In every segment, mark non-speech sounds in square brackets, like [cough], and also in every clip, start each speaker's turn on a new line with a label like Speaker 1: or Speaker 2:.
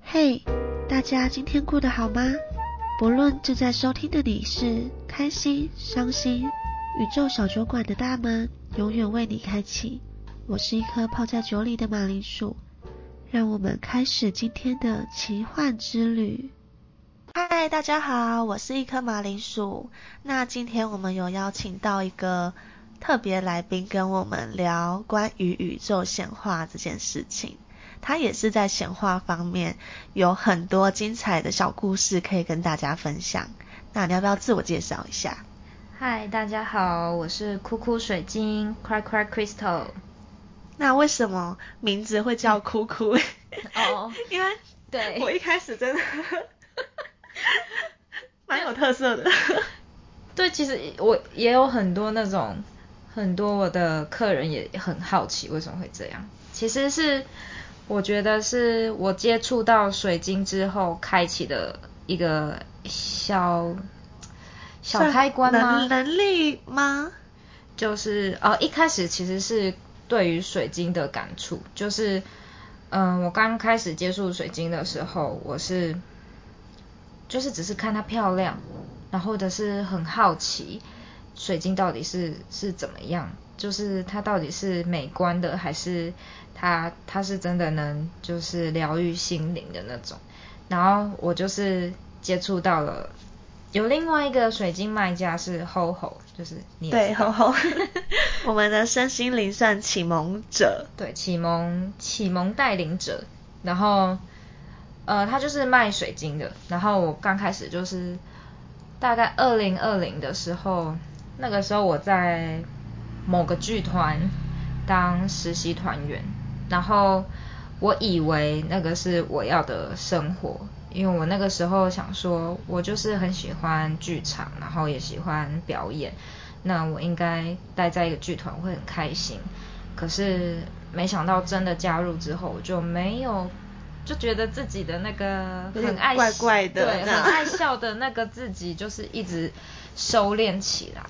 Speaker 1: 嘿，大家今天过得好吗？不论正在收听的你是开心、伤心，宇宙小酒馆的大门永远为你开启。我是一颗泡在酒里的马铃薯，让我们开始今天的奇幻之旅。嗨，大家好，我是一颗马铃薯。那今天我们有邀请到一个特别来宾，跟我们聊关于宇宙显化这件事情。他也是在显化方面有很多精彩的小故事可以跟大家分享。那你要不要自我介绍一下？
Speaker 2: 嗨，大家好，我是酷酷水晶 Cry Cry Crystal。
Speaker 1: 那为什么名字会叫哭哭？
Speaker 2: 哦，
Speaker 1: [laughs] 因为
Speaker 2: 对
Speaker 1: 我一开始真的 [laughs] 蛮有特色的。
Speaker 2: 对，其实我也有很多那种，很多我的客人也很好奇为什么会这样。其实是我觉得是我接触到水晶之后开启的一个小 [laughs] 小开关吗
Speaker 1: 能？能力吗？
Speaker 2: 就是呃，一开始其实是对于水晶的感触，就是嗯、呃我刚开始接触水晶的时候，我是就是只是看它漂亮，然后或者是很好奇水晶到底是是怎么样，就是它到底是美观的，还是它它是真的能就是疗愈心灵的那种。然后我就是接触到了有另外一个水晶卖家是 HoHo，就是你也
Speaker 1: 对，
Speaker 2: 知道
Speaker 1: 吼吼， [laughs] 我们的身心灵算启蒙者。
Speaker 2: 对，启蒙启蒙带领者，然后呃，他就是卖水晶的。然后我刚开始就是大概二零二零的时候，那个时候我在某个剧团当实习团员，然后我以为那个是我要的生活，因为我那个时候想说，我就是很喜欢剧场，然后也喜欢表演，那我应该待在一个剧团会很开心。可是没想到真的加入之后，我就没有，就觉得自己的那个
Speaker 1: 有点
Speaker 2: 很爱
Speaker 1: 怪怪的
Speaker 2: 对，
Speaker 1: 这样
Speaker 2: 很爱笑的那个自己，就是一直收敛起来。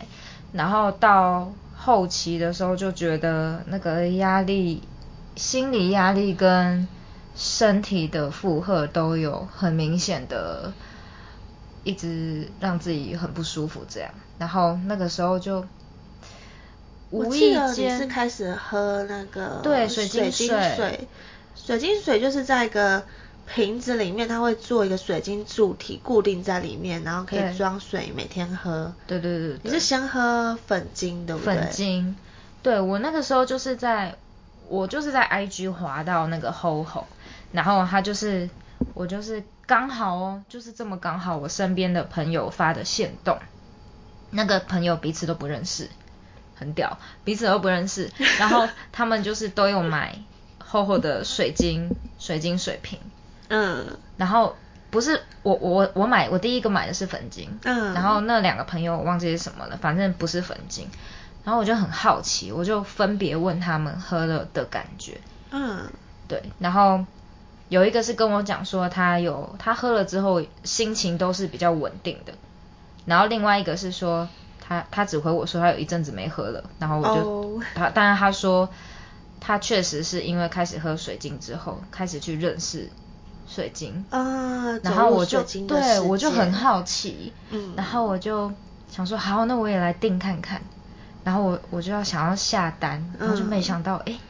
Speaker 2: 然后到后期的时候，就觉得那个压力、心理压力跟身体的负荷都有很明显的，一直让自己很不舒服这样。然后那个时候就
Speaker 1: 我
Speaker 2: 无
Speaker 1: 记
Speaker 2: 意
Speaker 1: 得你
Speaker 2: 间
Speaker 1: 是开始喝那个
Speaker 2: 对
Speaker 1: 水
Speaker 2: 水
Speaker 1: 晶
Speaker 2: 晶水
Speaker 1: 水，水晶水就是在一个瓶子里面，它会做一个水晶柱体固定在里面，然后可以
Speaker 2: 对
Speaker 1: 装水，每天喝。
Speaker 2: 对对对对，
Speaker 1: 你是先喝粉晶对不对？
Speaker 2: 粉晶。对我那个时候就是在，我就是在 IG 滑到那个 HoHo，然后他就是我就是刚好哦，就是这么刚好，我身边的朋友发的线动，那个朋友彼此都不认识，很屌，彼此都不
Speaker 1: [laughs]
Speaker 2: 认识，然后他们就是都有买 HoHo 的水晶水晶水瓶，
Speaker 1: 嗯，
Speaker 2: 然后不是我我我买我第一个买的是粉晶，
Speaker 1: 嗯
Speaker 2: 然后那两个朋友我忘记是什么了，反正不是粉晶，然后我就很好奇，我就分别问他们喝了的感觉，
Speaker 1: 嗯，
Speaker 2: 对，然后有一个是跟我讲说他有他喝了之后心情都是比较稳定的，然后另外一个是说他他只回我说他有一阵子没喝了，然后我就、
Speaker 1: 哦
Speaker 2: 他当然他说他确实是因为开始喝水晶之后开始去认识水晶，
Speaker 1: 啊，
Speaker 2: 然后我
Speaker 1: 走
Speaker 2: 就
Speaker 1: 入水晶的世
Speaker 2: 对
Speaker 1: 界
Speaker 2: 我就很好奇，
Speaker 1: 嗯
Speaker 2: 然后我就想说好，那我也来订看看，然后我我就要想要下单，然后就
Speaker 1: 嗯
Speaker 2: 没想到哎、诶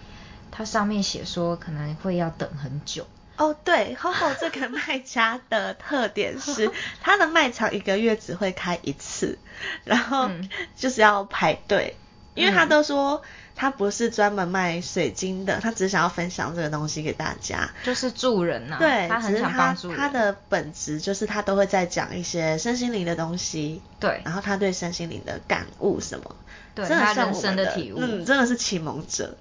Speaker 2: 它上面写说可能会要等很久，
Speaker 1: 哦，对，HoHo 这个卖家的特点
Speaker 2: [laughs]
Speaker 1: 是，它的卖场一个月只会开一次，然后
Speaker 2: 嗯
Speaker 1: [laughs] 就是要排队，因为他都说他不是专门卖水晶的，他只是想要分享这个东西给大家。
Speaker 2: 就是助人呐、
Speaker 1: 对，
Speaker 2: 哦他
Speaker 1: 只
Speaker 2: 很
Speaker 1: 是
Speaker 2: 想
Speaker 1: 他
Speaker 2: 帮助人，
Speaker 1: 他的本质就是他都会在讲一些身心灵的东西，
Speaker 2: 对
Speaker 1: 然后他对身心灵的感悟什么，
Speaker 2: 对
Speaker 1: 真的
Speaker 2: 他
Speaker 1: 像
Speaker 2: 人
Speaker 1: 我
Speaker 2: 生
Speaker 1: 们
Speaker 2: 的
Speaker 1: 的
Speaker 2: 体悟
Speaker 1: 嗯，真的是启蒙者。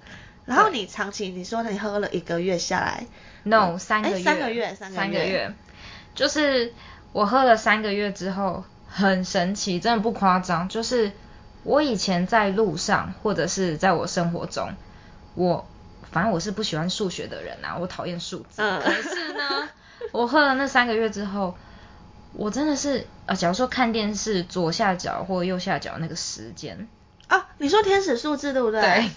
Speaker 1: 然后
Speaker 2: 对
Speaker 1: 你长期你说你喝了一个月下来
Speaker 2: no
Speaker 1: 嗯
Speaker 2: 三个
Speaker 1: 哎
Speaker 2: 月
Speaker 1: 三个月三个
Speaker 2: 三个
Speaker 1: 月
Speaker 2: 月，就是我喝了三个月之后很神奇，真的不夸张，就是我以前在路上或者是在我生活中，我反正我是不喜欢数学的人啊，我讨厌数字，
Speaker 1: 嗯
Speaker 2: 可是呢，我喝了那三个月之后。我真的是，呃，假如说看电视左下角或右下角那个时间，
Speaker 1: 哦，你说天使数字对不对？
Speaker 2: 对，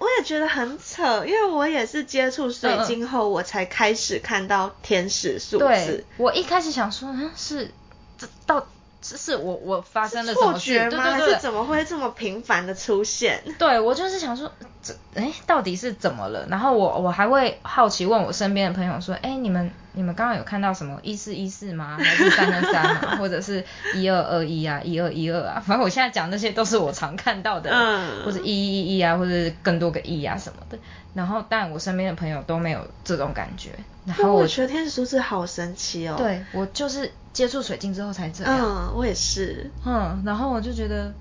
Speaker 1: 我也觉得很扯，因为我也是接触水晶后，我才开始看到天使数
Speaker 2: 对
Speaker 1: 字，，
Speaker 2: 我一开始想说，嗯，是这到是是我我发生了什
Speaker 1: 错
Speaker 2: 么事？
Speaker 1: 觉
Speaker 2: 对
Speaker 1: 吗？还
Speaker 2: 对
Speaker 1: 是
Speaker 2: 对，
Speaker 1: 怎么会这么频繁的出现？
Speaker 2: 对我就是想说，这哎到底是怎么了？然后我我还会好奇问我身边的朋友说，哎你们你们刚刚有看到什么一四一四吗？还是三三三吗？或者是一二二一啊，一二一二啊？反正我现在讲那些都是我常看到的，
Speaker 1: 嗯
Speaker 2: 或者一一一啊，或者是更多个一啊什么的。然后但我身边的朋友都没有这种感觉，然
Speaker 1: 因为
Speaker 2: 后我
Speaker 1: 我觉得天使数字好神奇哦。，
Speaker 2: 对啊我就是接触水晶之后才这样，
Speaker 1: 嗯，我也是。
Speaker 2: 嗯，然后我就觉得，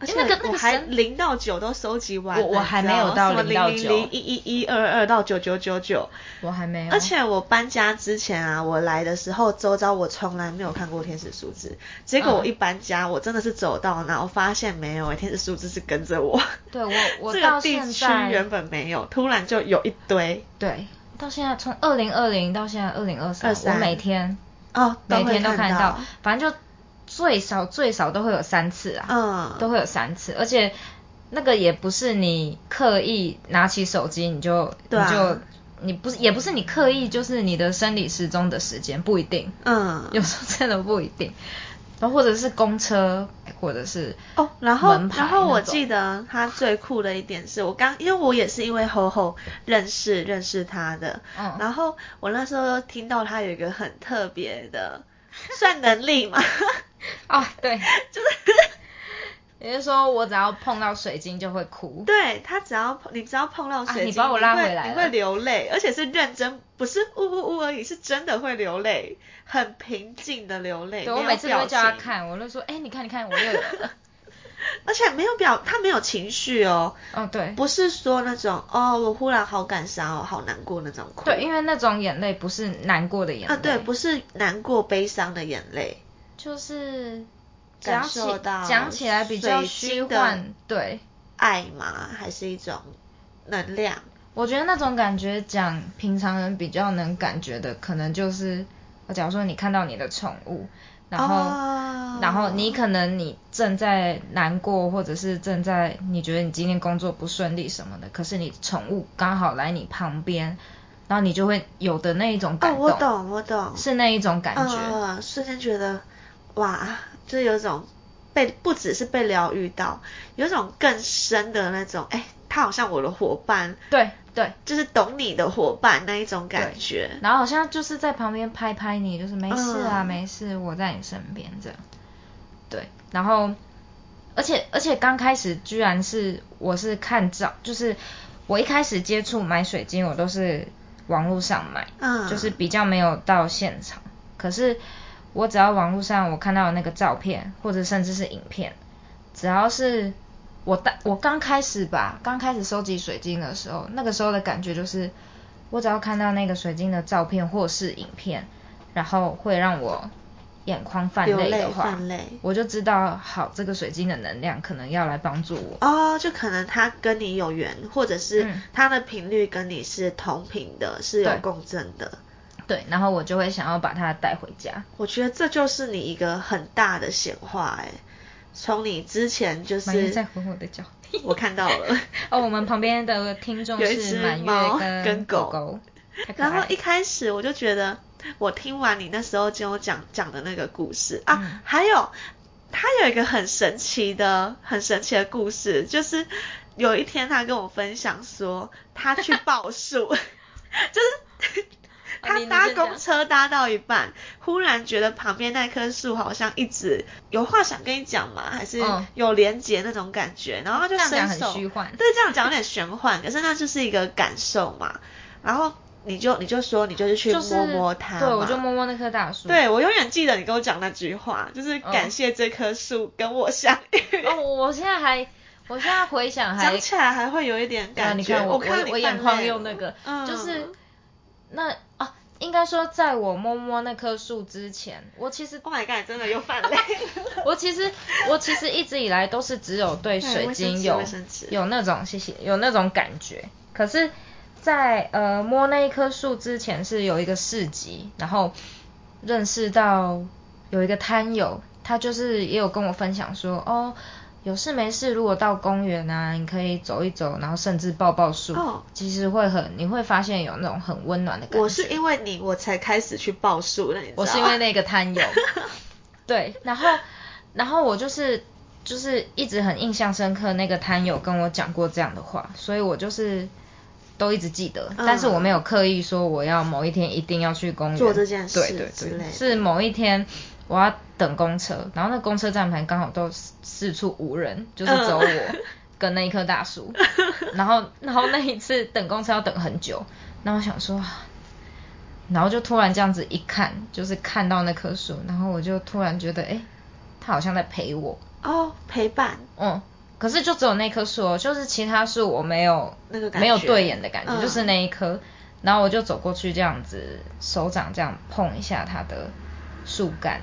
Speaker 1: 而
Speaker 2: 诶
Speaker 1: 且
Speaker 2: 那个那
Speaker 1: 我
Speaker 2: 个
Speaker 1: 还
Speaker 2: 神
Speaker 1: 零到九都收集完了，
Speaker 2: 我我还
Speaker 1: 你知道
Speaker 2: 没有到
Speaker 1: 什么
Speaker 2: 0到
Speaker 1: 零零零一一一二二到九九九九。
Speaker 2: 我还没有，
Speaker 1: 而且我搬家之前啊，我来的时候，周遭我从来没有看过天使数字。结果我
Speaker 2: 嗯
Speaker 1: 一搬家，我真的是走到哪，我发现没有诶，天使数字是跟着我。
Speaker 2: 对我我
Speaker 1: 这
Speaker 2: 到
Speaker 1: 个地
Speaker 2: 现
Speaker 1: 区
Speaker 2: 在
Speaker 1: 原本没有，突然就有一堆
Speaker 2: 对到现在从二零二零到现在二零二三，我
Speaker 1: 23
Speaker 2: 每天
Speaker 1: 哦，都
Speaker 2: 每
Speaker 1: 会
Speaker 2: 天都看
Speaker 1: 看
Speaker 2: 得到，反正就最少最少都会有三次啊，
Speaker 1: 嗯，
Speaker 2: 都会有三次，而且那个也不是你刻意拿起手机你就、
Speaker 1: 对啊
Speaker 2: 你就你不是也不是你刻意，就是你的生理时钟的时间不一定，
Speaker 1: [laughs] 嗯
Speaker 2: 有时候真的不一定。然后或者是公车，或者是
Speaker 1: 哦，然后
Speaker 2: 门牌
Speaker 1: 然后我
Speaker 2: 那种
Speaker 1: 记得他最酷的一点是我刚，因为我也是因为吼吼认识认识他的，
Speaker 2: 嗯
Speaker 1: 然后我那时候听到他有一个很特别的算能力 [laughs] 嘛，
Speaker 2: 啊，
Speaker 1: [laughs]
Speaker 2: 对，就是你是说我只要碰到水晶就会哭？
Speaker 1: 对他只要碰你只要碰到
Speaker 2: 啊
Speaker 1: 水
Speaker 2: 你
Speaker 1: 晶，
Speaker 2: 把我拉回来
Speaker 1: 你
Speaker 2: 了
Speaker 1: 会，你会流泪，而且是认真，不是呜呜呜而已，是真的会流泪，很平静的流泪，
Speaker 2: 对
Speaker 1: 没
Speaker 2: 我
Speaker 1: 有
Speaker 2: 每次都
Speaker 1: 表
Speaker 2: 会叫他
Speaker 1: 情
Speaker 2: 看，我就说，哎、你看，你看，我又有
Speaker 1: [laughs]
Speaker 2: 了。
Speaker 1: 而且没有表，他没有情绪哦，
Speaker 2: 哦，对，
Speaker 1: 不是说那种哦，我忽然好感伤哦，好难过那种哭。
Speaker 2: 对，因为那种眼泪不是难过的眼泪，
Speaker 1: 啊，对，不是难过、悲伤的眼泪。
Speaker 2: 就是
Speaker 1: 感
Speaker 2: 讲起
Speaker 1: 受到
Speaker 2: 讲起来比较
Speaker 1: 水
Speaker 2: 虚
Speaker 1: 晶的
Speaker 2: 幻，对。
Speaker 1: 爱嘛，还是一种能量。
Speaker 2: 我觉得那种感觉讲平常人比较能感觉的，可能就是，假如说你看到你的宠物，然后、
Speaker 1: 哦
Speaker 2: 然后你可能你正在难过，或者是正在你觉得你今天工作不顺利什么的，可是你宠物刚好来你旁边，然后你就会有的那一种
Speaker 1: 哦，
Speaker 2: 感动，
Speaker 1: 我懂，我懂，
Speaker 2: 是那一种感觉，
Speaker 1: 嗯，瞬间觉得哇，就有种被不只是被疗愈到，有种更深的那种，哎，他好像我的伙伴，
Speaker 2: 对对。
Speaker 1: 就是懂你的伙伴那一种感觉。
Speaker 2: 然后好像就是在旁边拍拍你，就是没事啊，
Speaker 1: 嗯
Speaker 2: 没事，我在你身边这样。对，然后而且而且刚开始居然是我是看照，就是我一开始接触买水晶，我都是网络上买，
Speaker 1: 嗯
Speaker 2: 就是比较没有到现场。可是我只要网络上我看到那个照片，或者甚至是影片，只要是我大我刚开始吧，刚开始收集水晶的时候，那个时候的感觉就是，我只要看到那个水晶的照片或是影片，然后会让我眼眶泛
Speaker 1: 流
Speaker 2: 泪的
Speaker 1: 泪
Speaker 2: 话，
Speaker 1: 泛泪
Speaker 2: 我就知道好这个水晶的能量可能要来帮助我。
Speaker 1: 哦，就可能他跟你有缘，或者是
Speaker 2: 嗯
Speaker 1: 他的频率跟你是同频的，是有
Speaker 2: 对
Speaker 1: 共振的。
Speaker 2: 对，然后我就会想要把它带回家。
Speaker 1: 我觉得这就是你一个很大的显化哎，从你之前就
Speaker 2: 满月
Speaker 1: 是
Speaker 2: 在混我的脚。
Speaker 1: 我看到
Speaker 2: [laughs]
Speaker 1: 了，
Speaker 2: 哦，我们旁边的听众
Speaker 1: 有一
Speaker 2: 是
Speaker 1: 只
Speaker 2: 满
Speaker 1: 猫
Speaker 2: 月
Speaker 1: 跟
Speaker 2: 狗
Speaker 1: 狗
Speaker 2: 狗，太可
Speaker 1: 然后
Speaker 2: 爱
Speaker 1: 一开始我就觉得，我听完你那时候跟我讲讲的那个故事啊，
Speaker 2: 嗯
Speaker 1: 还有他有一个很神奇的、很神奇的故事，就是有一天他跟我分享说，他去报数， [laughs]
Speaker 2: 哦
Speaker 1: 就是。他
Speaker 2: 你你
Speaker 1: 搭
Speaker 2: 先
Speaker 1: 公
Speaker 2: 讲
Speaker 1: 车搭到一半，忽然觉得旁边那棵树好像一直有话想跟你讲嘛，还是
Speaker 2: 嗯
Speaker 1: 有连结那种感觉，然后他就
Speaker 2: 这样讲
Speaker 1: 伸
Speaker 2: 很
Speaker 1: 手，
Speaker 2: 虚幻
Speaker 1: 对，这样讲有点玄幻，可是那就是一个感受嘛。然后你就你就说你就是去
Speaker 2: 就是
Speaker 1: 摸摸它嘛、
Speaker 2: 对，我就摸摸那棵大树。
Speaker 1: 对我永远记得你跟我讲那句话，就是感谢这棵树跟我相遇。
Speaker 2: 嗯 [laughs] 哦，我现在还，我现在回想还
Speaker 1: 讲，起来还会有一点
Speaker 2: 啊，
Speaker 1: 感
Speaker 2: 你
Speaker 1: 觉，
Speaker 2: 看我
Speaker 1: 看到
Speaker 2: 我
Speaker 1: 你
Speaker 2: 我眼
Speaker 1: 泛
Speaker 2: 眶
Speaker 1: 泪
Speaker 2: 又
Speaker 1: 了
Speaker 2: 那个，
Speaker 1: 嗯、
Speaker 2: 就是那啊，应该说在我摸摸那棵树之前，我其实
Speaker 1: Oh my god，真的又泛泪了。
Speaker 2: 我其实我其实一直以来都是只有对水晶有
Speaker 1: 卫哎生纸卫生纸
Speaker 2: 有那种谢谢有那种感觉，可是在，呃摸那一棵树之前是有一个市集，然后认识到有一个摊友，他就是也有跟我分享说，哦，有事没事，如果到公园啊，你可以走一走，然后甚至抱抱树，
Speaker 1: 哦
Speaker 2: 其实会很，你会发现有那种很温暖的感觉。
Speaker 1: [laughs] 我是因为你我才开始去报数的，你知道
Speaker 2: 我是因为那个
Speaker 1: [laughs]
Speaker 2: 摊友，对，然后然后我就是就是一直很印象深刻，那个摊友跟我讲过这样的话，所以我就是都一直记得，
Speaker 1: 嗯
Speaker 2: 但是我没有刻意说我要某一天一定要去公园
Speaker 1: 做这件事
Speaker 2: 对对
Speaker 1: 之类的
Speaker 2: 对，是某一天。我要等公车，然后那公车站牌刚好都四四处无人，就是只有我 [laughs] 跟那一棵大树。然后，然后那一次等公车要等很久，那我想说，啊然后就突然这样子一看，就是看到那棵树，然后我就突然觉得，哎，它好像在陪我，
Speaker 1: 哦陪伴，
Speaker 2: 嗯，可是就只有那棵树哦，就是其他树我没有
Speaker 1: 那个感觉
Speaker 2: 没有对眼的感觉，
Speaker 1: 嗯
Speaker 2: 就是那一棵，然后我就走过去这样子，手掌这样碰一下它的树干，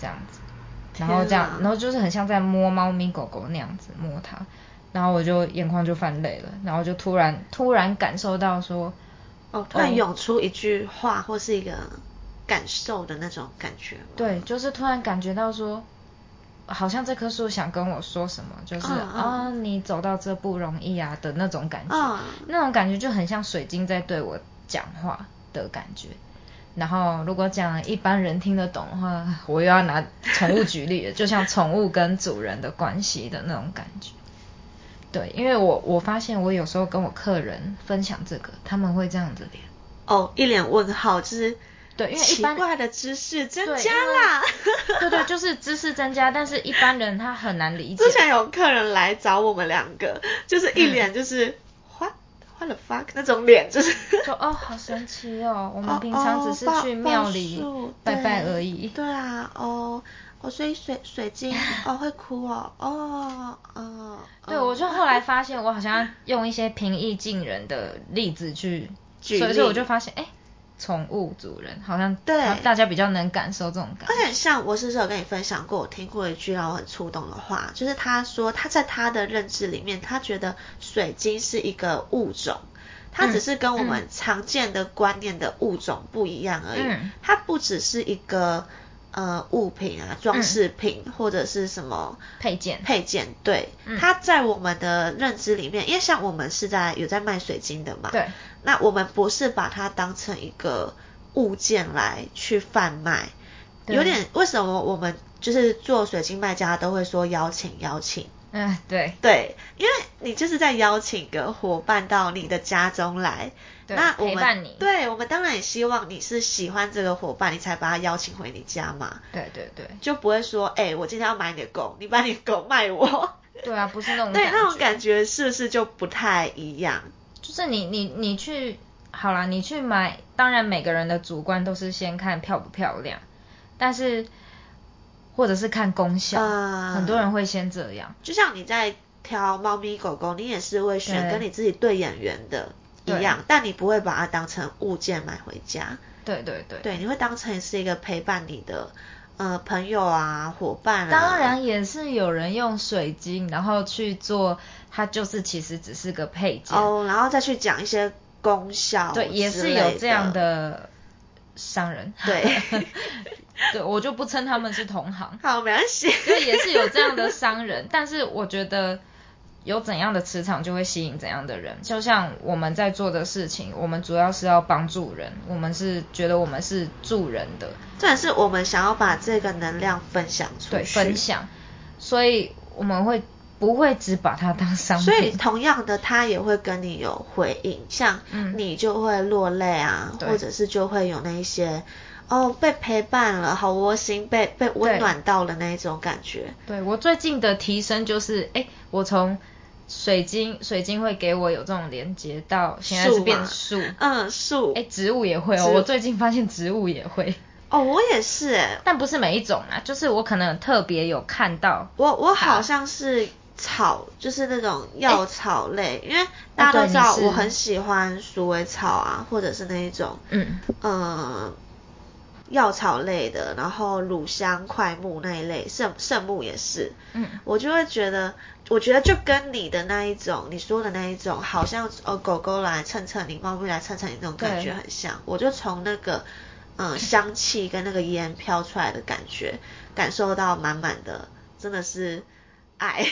Speaker 2: 这样子，然后这样
Speaker 1: 天，啊
Speaker 2: 然后就是很像在摸猫咪狗狗那样子摸它，然后我就眼眶就泛泪了，然后就突然突然感受到说，
Speaker 1: 哦突然
Speaker 2: 嗯
Speaker 1: 涌出一句话或是一个感受的那种感觉吗，
Speaker 2: 对，就是突然感觉到说，好像这棵树想跟我说什么，就是
Speaker 1: 嗯嗯
Speaker 2: 啊、你走到这不容易啊的那种感觉，
Speaker 1: 嗯
Speaker 2: 那种感觉就很像水晶在对我讲话的感觉。然后，如果讲一般人听得懂的话，我又要拿宠物举例了，就像宠物跟主人的关系的那种感觉。对，因为我我发现我有时候跟我客人分享这个，他们会这样子脸，
Speaker 1: 哦一脸问号就是
Speaker 2: 对，因为一
Speaker 1: 奇
Speaker 2: 般
Speaker 1: 怪的知识增
Speaker 2: 对
Speaker 1: 加
Speaker 2: 因为
Speaker 1: 啦。
Speaker 2: [laughs] 对
Speaker 1: [laughs]
Speaker 2: 对，就是知识增加，但是一般人他很难理解。
Speaker 1: 之前有客人来找我们两个，
Speaker 2: 嗯
Speaker 1: 就是一脸就是换换了 fuck 那种脸，就是
Speaker 2: 说哦，好神奇哦！ [laughs] 我
Speaker 1: 哦
Speaker 2: 们平常只是
Speaker 1: 哦
Speaker 2: 去
Speaker 1: 报
Speaker 2: 庙
Speaker 1: 报
Speaker 2: 里
Speaker 1: 数
Speaker 2: 拜拜
Speaker 1: 对
Speaker 2: 而已。
Speaker 1: 对啊，哦哦，所以水水晶哦会哭哦，哦哦，
Speaker 2: 对，
Speaker 1: 哦
Speaker 2: 我就后来发现，我好像用一些平易近人的例子去
Speaker 1: 举
Speaker 2: 所以所以我
Speaker 1: 例
Speaker 2: 就发现，哎，宠物主人好像
Speaker 1: 对
Speaker 2: 好大家比较能感受这种感
Speaker 1: 而
Speaker 2: 觉。
Speaker 1: 且像我是不是有跟你分享过，我听过一句让我很触动的话，就是他说他在他的认知里面，他觉得水晶是一个物种，它只是跟我
Speaker 2: 嗯
Speaker 1: 们
Speaker 2: 嗯
Speaker 1: 常见的观念的物种不一样而已，
Speaker 2: 嗯
Speaker 1: 它不只是一个呃物品啊、
Speaker 2: 嗯
Speaker 1: 装饰品、或者是什么
Speaker 2: 配件
Speaker 1: 配件，对，
Speaker 2: 嗯
Speaker 1: 它在我们的认知里面，因为像我们是在有在卖水晶的嘛，
Speaker 2: 对，
Speaker 1: 那我们不是把它当成一个物件来去贩卖，
Speaker 2: 对
Speaker 1: 有点为什么我们就是做水晶卖家都会说邀请邀请，
Speaker 2: 嗯，对，
Speaker 1: 对，因为你就是在邀请个伙伴到你的家中来。
Speaker 2: 对
Speaker 1: 那我
Speaker 2: 陪
Speaker 1: 们
Speaker 2: 伴你
Speaker 1: 对我们当然也希望你是喜欢这个伙伴，你才把他邀请回你家嘛，
Speaker 2: 对对对，
Speaker 1: 就不会说，哎、我今天要买你的狗，你把你的狗卖我，
Speaker 2: 对啊，不是那种
Speaker 1: 对，
Speaker 2: 感
Speaker 1: 那种感觉是不是就不太一样？
Speaker 2: 就是你你你去好啦，你去买，当然每个人的主观都是先看漂不漂亮，但是或者是看功效，
Speaker 1: 嗯
Speaker 2: 很多人会先这样。
Speaker 1: 就像你在挑猫咪狗狗，你也是会选
Speaker 2: 对
Speaker 1: 跟你自己对眼缘的一
Speaker 2: 对
Speaker 1: 样，但你不会把它当成物件买回家，
Speaker 2: 对对对，
Speaker 1: 对，你会当成是一个陪伴你的呃朋友啊、伙伴啊。
Speaker 2: 当然也是有人用水晶，然后去做，它就是其实只是个配件，
Speaker 1: 哦，然后再去讲一些功效，
Speaker 2: 对，也是有这样。的商人。
Speaker 1: 对，
Speaker 2: [laughs] 对我就不称他们是同行，
Speaker 1: 好，没关系。 [laughs]
Speaker 2: 就也是有这样的商人，但是我觉得有怎样的磁场就会吸引怎样的人。就像我们在做的事情，我们主要是要帮助人，我们是觉得我们是助人的，
Speaker 1: 重点是我们想要把这个能量分享出去，
Speaker 2: 对，分。享，所以我们会不会只把它当商品？
Speaker 1: 所以同样的，他也会跟你有回应，像
Speaker 2: 嗯
Speaker 1: 你就会落泪啊，
Speaker 2: 对
Speaker 1: 或者是就会有那一些哦被陪伴了，好窝心，被被温
Speaker 2: 对
Speaker 1: 暖到了那一种感觉。
Speaker 2: 对我最近的提升就是，哎，我从水晶，水晶会给我有这种连接，到现在
Speaker 1: 树
Speaker 2: 是变
Speaker 1: 嘛
Speaker 2: 树，
Speaker 1: 嗯，树。
Speaker 2: 哎，植物也会哦，
Speaker 1: 植物
Speaker 2: 我最近发现植物也会。
Speaker 1: 哦，我也是哎，
Speaker 2: 但不是每一种啊，就是我可能特别有看到，
Speaker 1: 我我好像是草，就是那种药草类，因为大家
Speaker 2: 哦对
Speaker 1: 都知道
Speaker 2: 你是
Speaker 1: 我很喜欢鼠尾草啊，或者是那一种
Speaker 2: 嗯，
Speaker 1: 嗯，药草类的，然后乳香、快木那一类，圣圣木也是，
Speaker 2: 嗯
Speaker 1: 我就会觉得，我觉得就跟你的那一种，你说的那一种，好像呃狗狗来蹭蹭你，猫咪来蹭蹭你那种感觉
Speaker 2: 对
Speaker 1: 很像，我就从那个嗯香气跟那个烟飘出来的感觉，感受到满满的，真的是爱，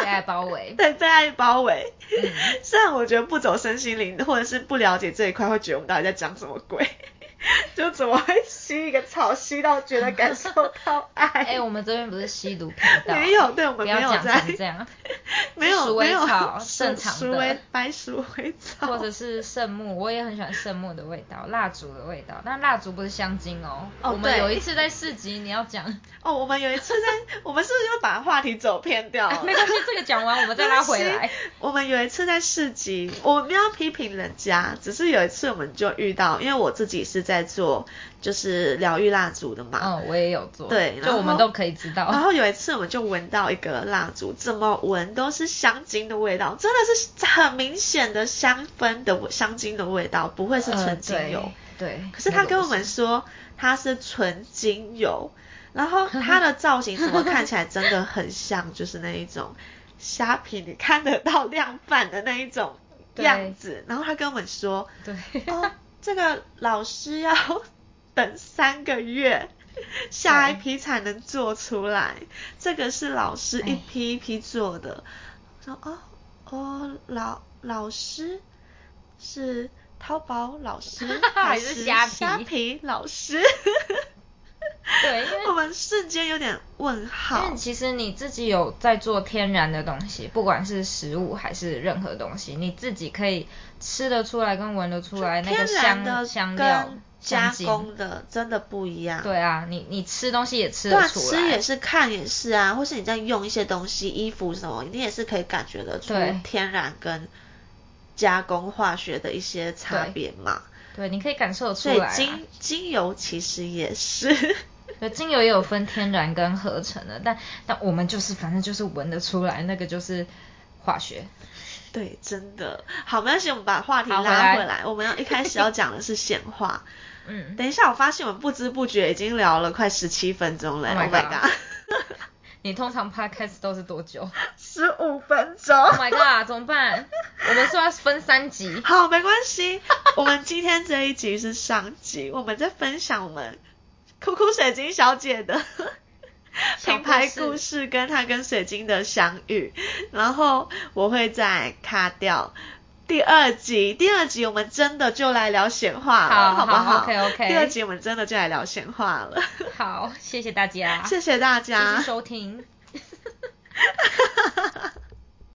Speaker 2: 被爱包
Speaker 1: [laughs]
Speaker 2: 围。
Speaker 1: 对，被爱包围。
Speaker 2: 嗯
Speaker 1: 虽然我觉得不走身心灵或者是不了解这一块，会觉得我们到底在讲什么鬼， [laughs] 就怎么会吸一个草吸到觉得感受到爱？
Speaker 2: 哎、我们这边不是吸毒频道，
Speaker 1: 没有对我们
Speaker 2: 不
Speaker 1: 没
Speaker 2: 要
Speaker 1: 有
Speaker 2: 讲
Speaker 1: 在
Speaker 2: 成
Speaker 1: [laughs]
Speaker 2: 这样，
Speaker 1: 没有
Speaker 2: 鼠
Speaker 1: 没
Speaker 2: 尾
Speaker 1: 有
Speaker 2: 草
Speaker 1: 鼠
Speaker 2: 正常
Speaker 1: 鼠
Speaker 2: 的
Speaker 1: 尾白鼠尾草，
Speaker 2: 或者是圣木，我也很喜欢圣木的味道，蜡烛的味道，但蜡烛不是香精哦。
Speaker 1: 哦
Speaker 2: 我们
Speaker 1: 对
Speaker 2: 有一次在市集，你要讲，
Speaker 1: 哦，我们有一次在，我们是不是就把话题走偏
Speaker 2: [laughs]
Speaker 1: 掉了？
Speaker 2: 没关系，这个讲完我们再拉回
Speaker 1: [laughs]
Speaker 2: 来。嗯
Speaker 1: 我们有一次在市集，我们要批评人家，只是有一次我们就遇到，因为我自己是在做就是疗愈蜡烛的嘛，
Speaker 2: 嗯，我也有做，
Speaker 1: 对然
Speaker 2: 就我们
Speaker 1: 后
Speaker 2: 都可以知道。
Speaker 1: 然后有一次我们就闻到一个蜡烛，怎么闻都是香精的味道，真的是很明显的香氛的香精的味道，不会是
Speaker 2: 呃
Speaker 1: 纯精油。
Speaker 2: 对，对
Speaker 1: 可是他
Speaker 2: 那个
Speaker 1: 跟
Speaker 2: 不
Speaker 1: 我们说它是纯精油，然后它的造型什么看起来真的很像，就是那一种虾皮你看得到量贩的那一种
Speaker 2: 对
Speaker 1: 样子。然后他跟我们说，
Speaker 2: 对，
Speaker 1: 哦，这个老师要等三个月，下一批才能做出来。这个是老师一
Speaker 2: 哎
Speaker 1: 批一批做的。我说哦哦，老老师是淘宝老师
Speaker 2: [laughs] 还是
Speaker 1: 是
Speaker 2: 虾皮
Speaker 1: 虾皮老
Speaker 2: [laughs]
Speaker 1: 师？
Speaker 2: 对，因为
Speaker 1: 我们瞬间有点问
Speaker 2: 因
Speaker 1: 号
Speaker 2: 为。其实你自己有在做天然的东西，不管是食物还是任何东西，你自己可以吃得出来跟闻得出来那
Speaker 1: 天
Speaker 2: 个
Speaker 1: 然的
Speaker 2: 香香料
Speaker 1: 跟
Speaker 2: 香
Speaker 1: 加
Speaker 2: 精。
Speaker 1: 工的真的不一样。
Speaker 2: 对啊，你你吃东西也吃
Speaker 1: 对
Speaker 2: 得
Speaker 1: 啊，
Speaker 2: 出
Speaker 1: 吃
Speaker 2: 来，
Speaker 1: 也是，看也是啊，或是你在用一些东西、衣服什么，你也是可以感觉得出
Speaker 2: 对
Speaker 1: 天然跟加工化学的一些差
Speaker 2: 对
Speaker 1: 别嘛。
Speaker 2: 对，你可以感受得出
Speaker 1: 所以
Speaker 2: 来、啊。
Speaker 1: 精精油其实也是， [laughs]
Speaker 2: 对，精油也有分天然跟合成的，但但我们就是反正就是闻得出来，那个就是化学。
Speaker 1: 对，真的。好，没关系，我们把话题
Speaker 2: 好
Speaker 1: 拉
Speaker 2: 回
Speaker 1: 回来。
Speaker 2: 来 [laughs]
Speaker 1: 我们要一开始要讲的是显化。
Speaker 2: 嗯，
Speaker 1: 等一下，我发现我们不知不觉已经聊了快十七分钟了。
Speaker 2: Oh my
Speaker 1: my
Speaker 2: god
Speaker 1: god，
Speaker 2: 你通常 podcast 都是多久
Speaker 1: 十五分钟。
Speaker 2: ？Oh my god，怎么办？我们是要分
Speaker 1: [laughs]
Speaker 2: 三集。
Speaker 1: [laughs] 好，没关系。我们今天这一集是上集，我们在分享我们哭哭水晶小姐的
Speaker 2: [laughs] 小
Speaker 1: 品牌
Speaker 2: 故事
Speaker 1: 故事，跟她跟水晶的相遇。然后我会再卡掉第二集，第二集我们真的就来聊闲话了，
Speaker 2: 好
Speaker 1: 不好
Speaker 2: 好，OK，OK
Speaker 1: 第二集我们真的就来聊闲话了，
Speaker 2: 好，谢谢大家，啊
Speaker 1: 谢谢大
Speaker 2: 继
Speaker 1: 家
Speaker 2: 续。收听。
Speaker 1: [laughs]